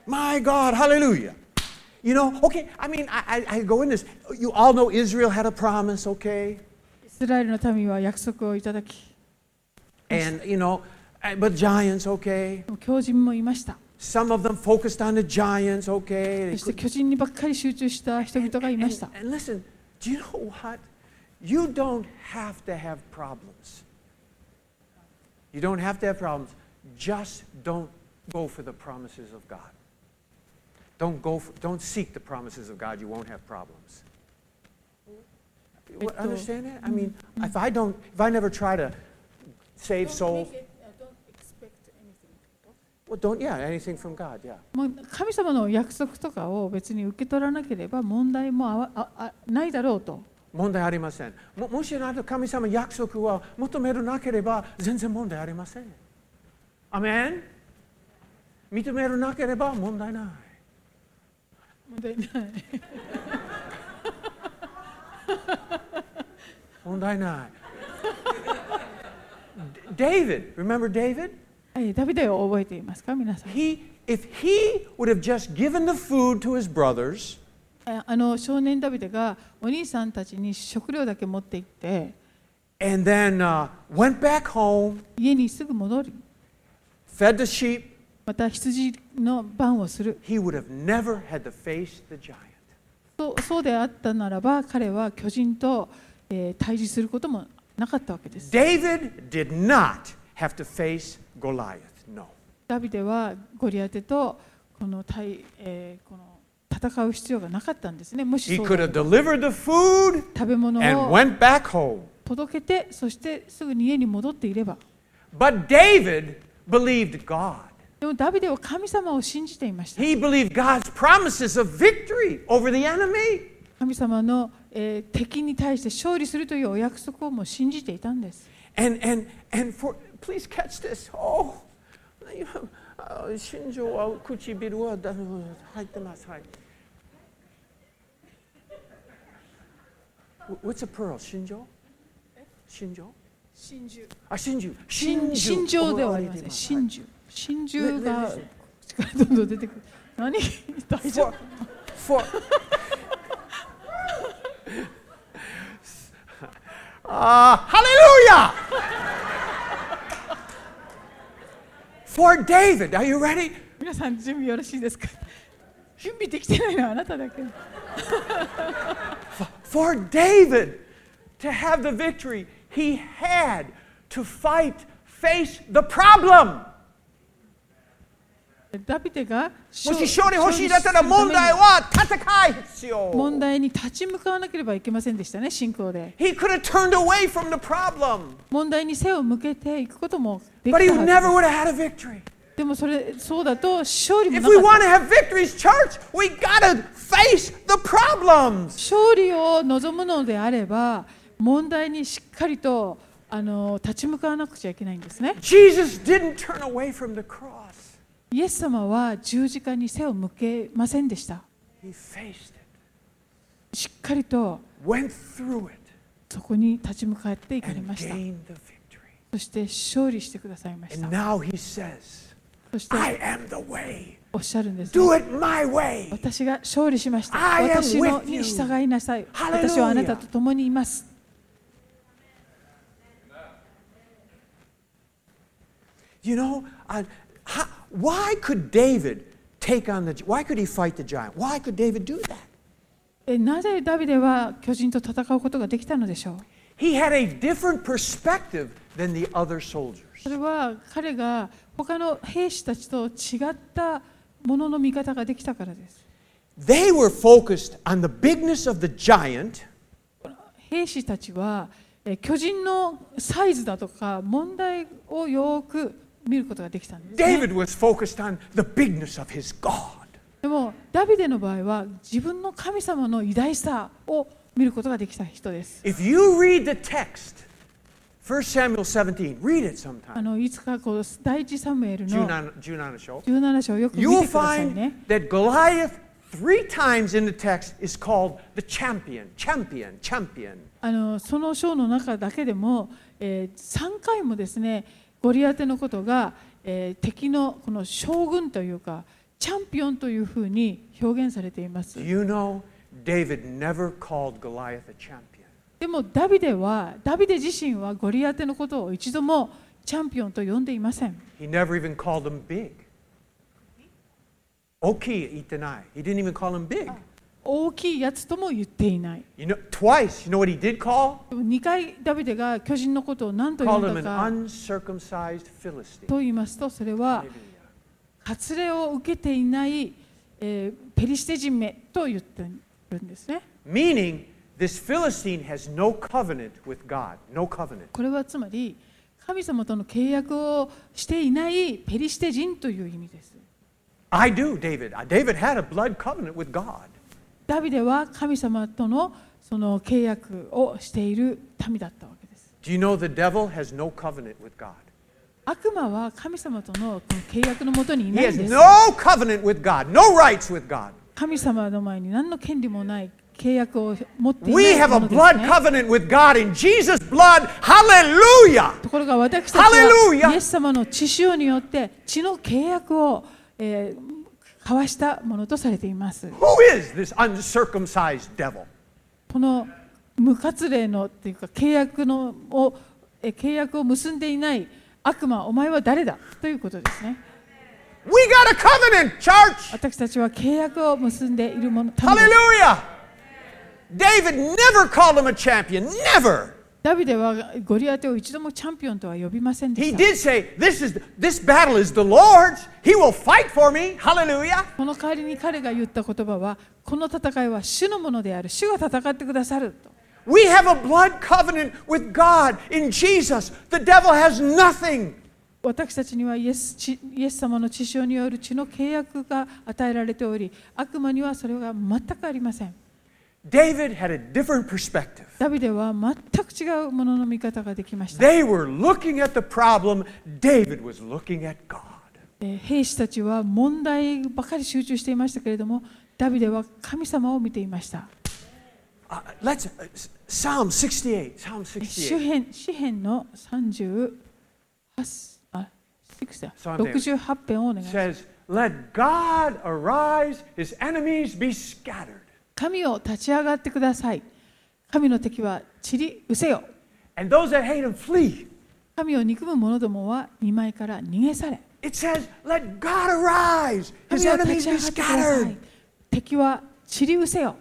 Speaker 1: My God. Hallelujah. You know, okay, I mean, I, I, I go in this. You all know Israel had a promise, okay?
Speaker 2: イスラエルの民は約束をいただき
Speaker 1: And, you know, uh, but giants, okay.
Speaker 2: でも狂人もいました
Speaker 1: Some of them focused on the giants, okay.
Speaker 2: そ
Speaker 1: They
Speaker 2: して
Speaker 1: couldn't-
Speaker 2: 巨人にばっかり集中した人々がいました
Speaker 1: And, and listen, do you know what? You don't have to have problems. You don't have to have problems. Just don't go for the promises of God. Don't go. For, don't seek the promises of God. You won't have problems. What,
Speaker 2: Betul.
Speaker 1: understand that? I mean, if I don't, if I never try to save souls, well, don't. Yeah, anything from God. Yeah.
Speaker 2: もう神様の約束とかを別に受け取らなければ問題もあわああないだろうと
Speaker 1: 問題ありませんももしあなた神様約束は求めるなければ全然問題ありませんアメン認めるなければ問題ない
Speaker 2: 問題ない。
Speaker 1: 問題ない David remember David
Speaker 2: えーダビデを覚えていますか皆さん。
Speaker 1: he if he would have just given the food to his brothers
Speaker 2: えーあの少年ダビデがお兄さんたちに食料だけ持って行って
Speaker 1: and then uh, went back home
Speaker 2: 家にすぐ戻り
Speaker 1: fed the sheep
Speaker 2: また羊の番をする
Speaker 1: he would have never had to face the giant
Speaker 2: そうそうであったならば彼は巨人と、えー対峙することもなかったわけです。
Speaker 1: David did not have to face Goliath no
Speaker 2: ダビデはゴリアテとこの対、えーこの戦う必要がなかったんですね。もし
Speaker 1: he
Speaker 2: そう
Speaker 1: could
Speaker 2: だ
Speaker 1: have delivered the food
Speaker 2: 食べ物
Speaker 1: and
Speaker 2: を
Speaker 1: went back home
Speaker 2: 届けてそしてすぐに家に戻っていれば
Speaker 1: but David believed God
Speaker 2: でもダビデは神様を信じていました
Speaker 1: he believed God's promises of victory over the enemy
Speaker 2: 神様の、えー敵に対して勝利するというお約束をもう信じていたんです
Speaker 1: And and and for please catch this. Oh, you know, uh, 心臓は唇はだ入ってますはい Wh- What's a pearl? 心臓？心臓？
Speaker 2: 真珠
Speaker 1: あ心中
Speaker 2: 真真情
Speaker 1: Oh,
Speaker 2: ではありません真珠真珠が口からどんどん出てくる何大丈夫
Speaker 1: For, for Ah, hallelujah! For David, are you ready?
Speaker 2: 皆さん準備よろしいですか 準備できてないのはあなただけ
Speaker 1: For David to have the victory, he had to fight, face the problem.
Speaker 2: ダビデが
Speaker 1: もし勝
Speaker 2: 勝
Speaker 1: 利欲しいだったら問
Speaker 2: 勝利するために
Speaker 1: 題は戦い必要。
Speaker 2: 問題に立ち向かわなければいけませんでしたね信仰で
Speaker 1: He could have turned away from the problem,
Speaker 2: 問題に背を向けていくこともできた
Speaker 1: but
Speaker 2: は
Speaker 1: he
Speaker 2: ずです
Speaker 1: never would have had a victory.
Speaker 2: でもそれそうだと勝利も
Speaker 1: If we
Speaker 2: なかった
Speaker 1: want to have victories, church, we gotta face the problems.
Speaker 2: 勝利を望むのであれば問題にしっかりとあの立ち向かわなくちゃいけないんですね
Speaker 1: Jesus didn't turn away from the cross.
Speaker 2: イエス様は十字架に背を向けませんでした
Speaker 1: He faced it,
Speaker 2: しっかりと
Speaker 1: went through it,
Speaker 2: そこに立ち向かっていかれ
Speaker 1: and
Speaker 2: ました
Speaker 1: gained the victory.
Speaker 2: そして勝利してくださいまし
Speaker 1: And
Speaker 2: た
Speaker 1: now he says,
Speaker 2: そして
Speaker 1: I am the way.
Speaker 2: おっしゃるんです、
Speaker 1: Do it my way.
Speaker 2: 私が勝利しました
Speaker 1: I am
Speaker 2: 私の
Speaker 1: with you.
Speaker 2: に従いなさい
Speaker 1: Hallelujah.
Speaker 2: 私はあなたと共にいます
Speaker 1: You know, I, how, why could David take on the, why could he fight the giant? Why could David do that?
Speaker 2: えなぜダビデは巨人と戦うことができたのでしょう
Speaker 1: He had a different perspective than the other soldiers.
Speaker 2: それは彼が他の兵士たちと違ったものの見方ができたからです。
Speaker 1: They were focused on the bigness of the giant
Speaker 2: 兵士たちはえー巨人のサイズだとか問題をよーく見ることができたんです、ね。
Speaker 1: David was focused on the bigness of his God.
Speaker 2: でもダビデの場合は自分の神様の偉大さを見ることができた人です。
Speaker 1: If you read the text, 1 Samuel 17, read it
Speaker 2: あ
Speaker 1: sometime.
Speaker 2: のいつかこう第一サムエルの
Speaker 1: Junan- Junanasho.
Speaker 2: 17章をよく見
Speaker 1: You'll
Speaker 2: てください
Speaker 1: find
Speaker 2: ね。
Speaker 1: that Goliath, three times in the text, is called the champion, champion, champion.
Speaker 2: あのその章の中だけでも、え3回もですねゴリアテのことが、えー敵のこの将軍というかチャンピオンというふうに表現されています
Speaker 1: Do you know David never called Goliath a champion?
Speaker 2: でもダビデはダビデ自身はゴリアテのことを一度もチャンピオンと呼んでいません
Speaker 1: He never even called him big. Oki itanai. He didn't even call him big.
Speaker 2: 大きいやつとも言っていない
Speaker 1: You know, twice, you know what he did call?
Speaker 2: でも2回ダビデが巨人のことを何と呼
Speaker 1: Called him
Speaker 2: んだ
Speaker 1: an
Speaker 2: か
Speaker 1: uncircumcised Philistine.
Speaker 2: と言いますとそれは
Speaker 1: Hallelujah.
Speaker 2: 割礼を受けていない、えーペリシテ人めと言ってるんですね
Speaker 1: Meaning, this Philistine has no covenant with God. No covenant.
Speaker 2: これはつまり神様との契約をしていないペリシテ人という意味です。
Speaker 1: I do, David. Uh, David had a blood covenant with God.
Speaker 2: ダビデは神様とのその契約をしている民だったわけです。
Speaker 1: Do you know the devil has no covenant with God?
Speaker 2: 悪魔は神様とのこの契約のもとに
Speaker 1: He
Speaker 2: いないん
Speaker 1: has
Speaker 2: です。
Speaker 1: no covenant with God, no rights with God.
Speaker 2: 神様の前に何の権利もない契約を持っていな
Speaker 1: We
Speaker 2: い
Speaker 1: have
Speaker 2: も
Speaker 1: a
Speaker 2: のです、
Speaker 1: blood
Speaker 2: ね。
Speaker 1: covenant with God in Jesus' blood. Hallelujah!
Speaker 2: ところが私たちは
Speaker 1: Hallelujah!
Speaker 2: イエス様の血潮によって血の契約を、えー交わしたものとされています。
Speaker 1: Who is this uncircumcised devil?
Speaker 2: この無活例のっていうか契約のをえー契約を結んでいない悪魔お前は誰だということですね。
Speaker 1: We got a covenant, church!
Speaker 2: 私たちは契約を結んでいるもの。民です
Speaker 1: Hallelujah! David never called him a champion, never.
Speaker 2: ダビデはゴリアテを一度もチャンピオンとは呼びませんで
Speaker 1: He
Speaker 2: した
Speaker 1: did say, This is this battle is the Lord's. He will fight for me. Hallelujah.
Speaker 2: この代わりに彼が言った言葉はこの戦いは主のものである主が戦ってくださると
Speaker 1: We have a blood covenant with God in Jesus. The devil has nothing.
Speaker 2: 私たちにはイエス血イエス様の血潮による血の契約が与えられており悪魔にはそれが全くありません
Speaker 1: David had a different perspective.
Speaker 2: ダビデは全く違うものの見方ができました
Speaker 1: They were looking at the problem, David was looking at God.
Speaker 2: えー兵士たちは問題ばかり集中していましたけれどもダビデは神様を見ていました
Speaker 1: Uh, let's uh, S- Psalm 68. Psalm
Speaker 2: 詩
Speaker 1: 68.
Speaker 2: 編詩編の38あ6だ
Speaker 1: そうなんだよ
Speaker 2: 68編をお願いしま
Speaker 1: says,
Speaker 2: す
Speaker 1: "Let God arise, his enemies be scattered."
Speaker 2: 神を立ち上がってください神の敵は散り失せよ
Speaker 1: And those that hate him flee.
Speaker 2: 神を憎む者どもは見舞いから逃げ去れ
Speaker 1: It says, "Let God arise, his
Speaker 2: 神を立
Speaker 1: enemies be
Speaker 2: ち上がってくださ
Speaker 1: scattered."
Speaker 2: い敵は散り失せよ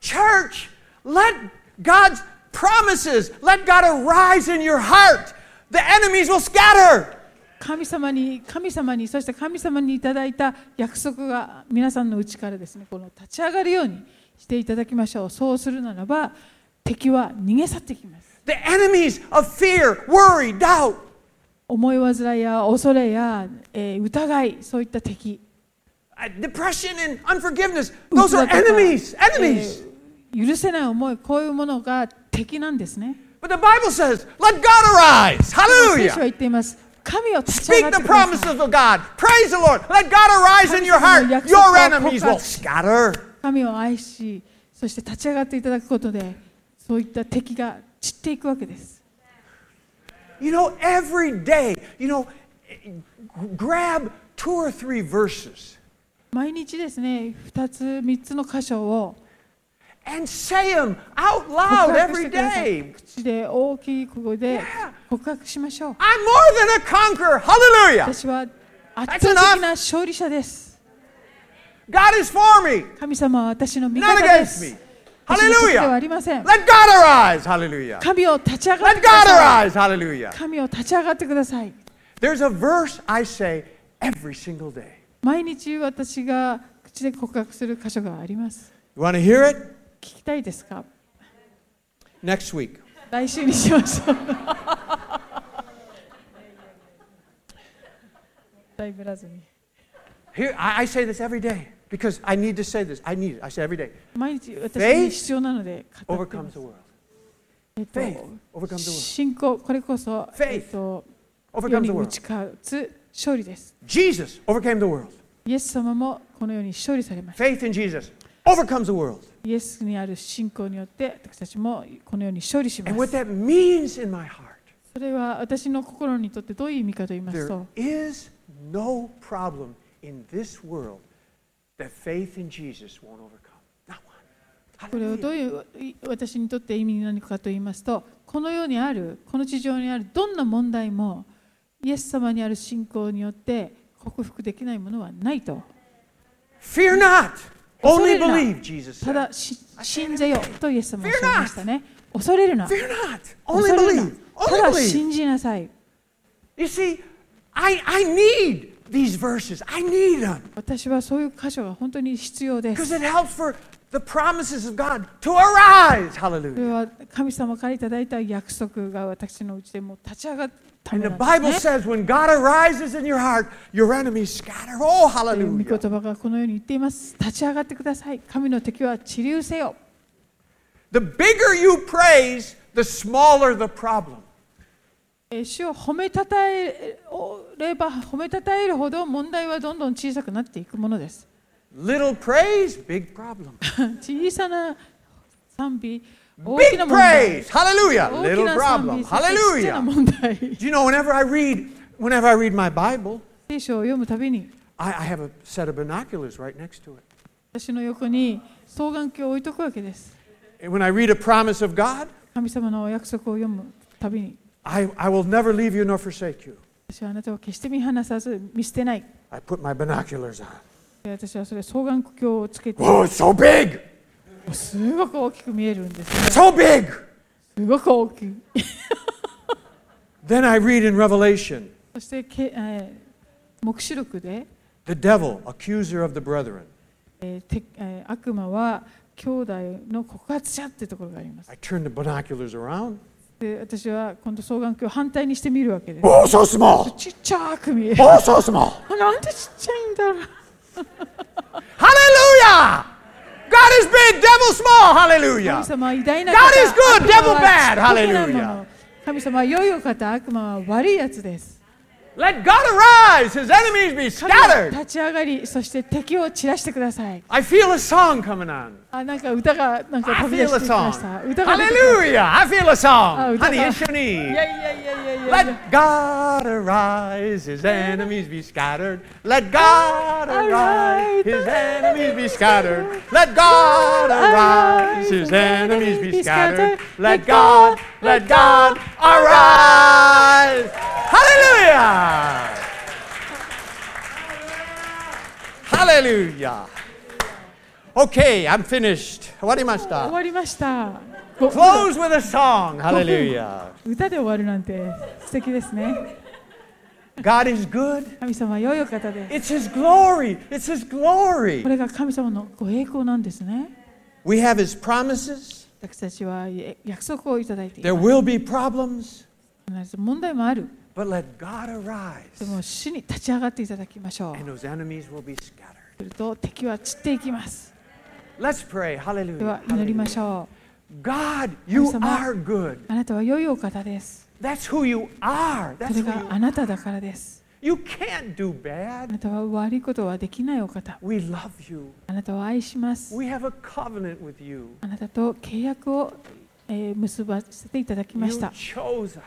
Speaker 1: Church, let God's promises, let God arise in your heart. The enemies will scatter.
Speaker 2: 神様に神様にそして神様にいただいた約束が皆さんのうちからですねこの立ち上がるようにしていただきましょうそうするならば敵は逃げ去ってきます
Speaker 1: The enemies of fear, worry, doubt.
Speaker 2: 思い煩いや恐れや、えー疑いそういった敵
Speaker 1: uh, Depression and unforgiveness,
Speaker 2: う
Speaker 1: those
Speaker 2: つだ
Speaker 1: are
Speaker 2: とか
Speaker 1: enemies, enemies.
Speaker 2: えー許せない思いこういうものが敵なんですね
Speaker 1: But the Bible says, let God arise.
Speaker 2: 聖書は
Speaker 1: Hallelujah.
Speaker 2: 言っています神を立ち上
Speaker 1: Speak
Speaker 2: がって
Speaker 1: the
Speaker 2: ください
Speaker 1: promises of God. Praise the Lord. Let God arise in your heart. Your enemies will scatter.
Speaker 2: 神を愛しそして立ち上がっていただくことでそういった敵が散っていくわけです
Speaker 1: You know, every day, you know, g- grab two or three verses
Speaker 2: 毎日ですね2つ3つの箇所を
Speaker 1: and say them out
Speaker 2: 告
Speaker 1: loud
Speaker 2: 白し
Speaker 1: every
Speaker 2: てください
Speaker 1: day.
Speaker 2: 口で大きい声で告白しましょう
Speaker 1: I'm more than a conqueror. Hallelujah.
Speaker 2: 私は圧
Speaker 1: That's
Speaker 2: 倒
Speaker 1: enough.
Speaker 2: 的な勝利者です
Speaker 1: God is for me,
Speaker 2: 神様は私の味
Speaker 1: not
Speaker 2: 方で
Speaker 1: against
Speaker 2: す
Speaker 1: me.
Speaker 2: 私の敵ではあ
Speaker 1: Hallelujah.
Speaker 2: りません
Speaker 1: Let God arise. Hallelujah.
Speaker 2: 神を立ち上がっ
Speaker 1: Let
Speaker 2: て
Speaker 1: God
Speaker 2: ください
Speaker 1: arise. Hallelujah.
Speaker 2: 神を立ち上がってください
Speaker 1: There's a verse I say every single day.
Speaker 2: 毎日私が口で告白する箇所があります
Speaker 1: You want to hear it?
Speaker 2: 聞きたいですか
Speaker 1: Next week.
Speaker 2: 来週にしましょうだいぶらずに
Speaker 1: Here, I, I say this every day because I need to say this. I need it. I say every day.
Speaker 2: 毎日私に必要なので語っていま
Speaker 1: Overcomes
Speaker 2: す
Speaker 1: the world.
Speaker 2: えっ
Speaker 1: Faith
Speaker 2: と
Speaker 1: overcomes the world.
Speaker 2: 信仰これこそ
Speaker 1: Faith
Speaker 2: えっと世
Speaker 1: Overcomes
Speaker 2: に
Speaker 1: the
Speaker 2: 打
Speaker 1: world.
Speaker 2: ち勝つ勝利です
Speaker 1: Jesus overcame the world.
Speaker 2: イエス様もこのように勝利されました
Speaker 1: Faith in Jesus overcomes the world.
Speaker 2: イエスにある信仰によって私たちもこのように勝利しま
Speaker 1: And what
Speaker 2: す
Speaker 1: that means in my heart,
Speaker 2: それは私の心にとってどういう意味かと言いますと
Speaker 1: there is no problem in this world that faith in Jesus won't overcome. Not one.
Speaker 2: これを
Speaker 1: Hallelujah.
Speaker 2: どういうい私にとって意味なのかと言いますとこの世にあるこの地上にあるどんな問題もイエス様にある信仰によって克服できないものはないと
Speaker 1: Fear not. Only
Speaker 2: 恐れるな。
Speaker 1: believe, Jesus
Speaker 2: た
Speaker 1: said.
Speaker 2: だし信じよとイエス様はおっしゃいましたね恐れるな
Speaker 1: Fear not.
Speaker 2: 恐
Speaker 1: Only
Speaker 2: れる
Speaker 1: believe.
Speaker 2: なた
Speaker 1: Only
Speaker 2: だ
Speaker 1: believe.
Speaker 2: 信じなさい
Speaker 1: You see, I, I need these verses. I need them
Speaker 2: 私はそういう箇所が本当に必要です
Speaker 1: because it helps for the promises of God to arise.
Speaker 2: それ
Speaker 1: Hallelujah.
Speaker 2: は神様からいただいた約束が私のうちでもう立ち上がったた
Speaker 1: And
Speaker 2: め
Speaker 1: the
Speaker 2: なん
Speaker 1: Bible
Speaker 2: ですね
Speaker 1: says, when God arises in your heart, your enemies scatter. Oh,
Speaker 2: という
Speaker 1: hallelujah.
Speaker 2: 御言葉がこのように言っています立ち上がってください神の敵は治療せよ
Speaker 1: The bigger you praise, the smaller the problem.
Speaker 2: えー主を褒めたたえれば褒めたたえるほど問題はどんどん小さくなっていくものです
Speaker 1: Little praise, big problem.
Speaker 2: 小さな賛美大き
Speaker 1: Big
Speaker 2: な問題
Speaker 1: praise. Hallelujah.
Speaker 2: 大き
Speaker 1: Little
Speaker 2: な賛
Speaker 1: problem.
Speaker 2: 美そして小さな
Speaker 1: Hallelujah.
Speaker 2: 問題
Speaker 1: Do you know whenever I read whenever I read my Bible,
Speaker 2: 聖書を読むたびに
Speaker 1: I, I have a set of binoculars right next to it.
Speaker 2: 私の横に双眼鏡を置いとくわけです
Speaker 1: And when I read a promise of God,
Speaker 2: 神様のお約束を読むたびに
Speaker 1: I, I will never leave you nor forsake you.
Speaker 2: 私はあなたを決して見放さず見捨てない
Speaker 1: I put my binoculars on.
Speaker 2: で私はそれ双眼鏡をつけて
Speaker 1: Whoa, it's so big!
Speaker 2: すごく大きく見えるんですね
Speaker 1: So big!
Speaker 2: すごく大きい
Speaker 1: Then I read in Revelation
Speaker 2: そしてけ、えー黙示録で、
Speaker 1: the devil, accuser of the brethren.
Speaker 2: えーてえー悪魔は兄弟の告発者ってところがあります
Speaker 1: I turn the binoculars around.
Speaker 2: で私は今度双眼鏡を反対にしてみるわけです
Speaker 1: Whoa, so small!
Speaker 2: ちっちゃく見える
Speaker 1: Oh, so small!
Speaker 2: なんでちっちゃいんだろう
Speaker 1: Hallelujah! God is big, devil small!
Speaker 2: 神
Speaker 1: Hallelujah!
Speaker 2: 様は偉大な
Speaker 1: God
Speaker 2: 方
Speaker 1: is good,
Speaker 2: 悪魔
Speaker 1: devil bad.
Speaker 2: はちっぽけなも
Speaker 1: Hallelujah.
Speaker 2: の神様は良いお方悪魔は悪いやつです
Speaker 1: Let God arise, his enemies be
Speaker 2: 神は
Speaker 1: scattered.
Speaker 2: 立ち上がりそして敵を散らしてください
Speaker 1: I feel a song coming on.
Speaker 2: あなんか歌がなんか
Speaker 1: I
Speaker 2: 飛び出
Speaker 1: feel
Speaker 2: して
Speaker 1: a
Speaker 2: きま
Speaker 1: song.
Speaker 2: した歌が出てきました
Speaker 1: Hallelujah! I feel a
Speaker 2: あ
Speaker 1: song.
Speaker 2: 歌
Speaker 1: Honey,
Speaker 2: が
Speaker 1: it's your
Speaker 2: い
Speaker 1: need.
Speaker 2: やいやいやいやいやいや
Speaker 1: Let God arise, his enemies be scattered. Let God arise, his enemies be scattered. Let God arise, his enemies be scattered. Let God, let God arise. Hallelujah! Hallelujah! Okay, I'm finished. 終わりまし
Speaker 2: 終
Speaker 1: た。
Speaker 2: わりましたご
Speaker 1: Close with a song. Hallelujah.
Speaker 2: 歌で終わるなんて素敵ですね
Speaker 1: God is good.
Speaker 2: 神様は良いお方です
Speaker 1: It's His glory. It's His
Speaker 2: こ
Speaker 1: glory.
Speaker 2: れが神様のご栄光なんですね
Speaker 1: We have His promises.
Speaker 2: 私たちはえ約束をいただいてい
Speaker 1: There
Speaker 2: ます
Speaker 1: will be problems,
Speaker 2: 必ず問題もある
Speaker 1: but let God
Speaker 2: で
Speaker 1: arise,
Speaker 2: も主に立ち上がっていただきましょう
Speaker 1: and those enemies will be scattered.
Speaker 2: すると敵は散っていきます
Speaker 1: Let's pray.
Speaker 2: では
Speaker 1: Hallelujah.
Speaker 2: 祈りま
Speaker 1: Hallelujah.
Speaker 2: しょ
Speaker 1: God, you
Speaker 2: 神様。
Speaker 1: are good.
Speaker 2: うあなたは良いお方です
Speaker 1: That's who you are.
Speaker 2: そ
Speaker 1: That's
Speaker 2: れ
Speaker 1: who
Speaker 2: が
Speaker 1: you,
Speaker 2: あなただからです
Speaker 1: you can't do
Speaker 2: あ
Speaker 1: bad.
Speaker 2: なたは悪いことはできないお方
Speaker 1: We love you.
Speaker 2: あなたを愛します
Speaker 1: We have a covenant with you.
Speaker 2: あなたと契約を、えー結ばせていただきまし
Speaker 1: You
Speaker 2: た
Speaker 1: chose us.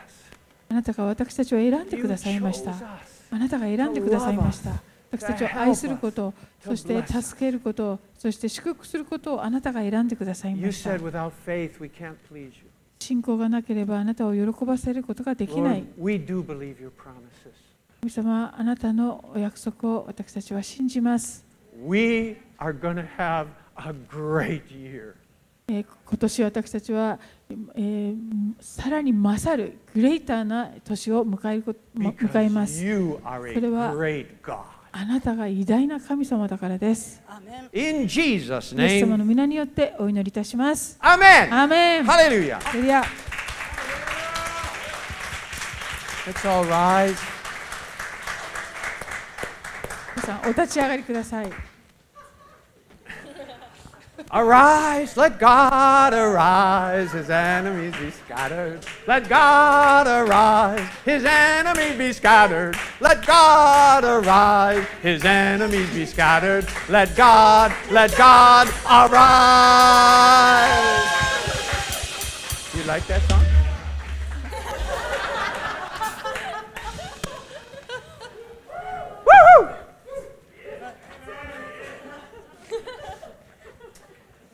Speaker 2: あなたが私たちを選んで
Speaker 1: You
Speaker 2: くだ
Speaker 1: chose
Speaker 2: さいました
Speaker 1: us.
Speaker 2: あなたが選んでくださいました。私たちを愛するこ
Speaker 1: To help
Speaker 2: と、
Speaker 1: us,
Speaker 2: そして助けること、そして祝福することをあなたが選んでください
Speaker 1: You
Speaker 2: ました
Speaker 1: said,。without faith, we can't please you.
Speaker 2: 信仰がなければあなたを喜ばせることができな
Speaker 1: Lord,。
Speaker 2: い
Speaker 1: we do believe your promises.
Speaker 2: 神様、あなたのお約束を私たちは信じます。
Speaker 1: We are going to have a great year.
Speaker 2: えー今年私たちは、えーさらに勝るグレイターな年を迎えることも迎えま
Speaker 1: Because
Speaker 2: す。
Speaker 1: you are a
Speaker 2: それは、
Speaker 1: great God.
Speaker 2: あなたが偉大な神様だからです。
Speaker 1: In Jesus'
Speaker 2: イエス様
Speaker 1: name.
Speaker 2: の皆によってお祈りいたします。
Speaker 1: Amen.
Speaker 2: アーメン。
Speaker 1: Hallelujah.
Speaker 2: それでは
Speaker 1: Let's all rise.
Speaker 2: 皆さんお立ち上がりください。
Speaker 1: Arise, let God arise, his enemies be scattered. Let God arise, his enemies be scattered. Let God arise, his enemies be scattered. Let God, let God arise. You like that song?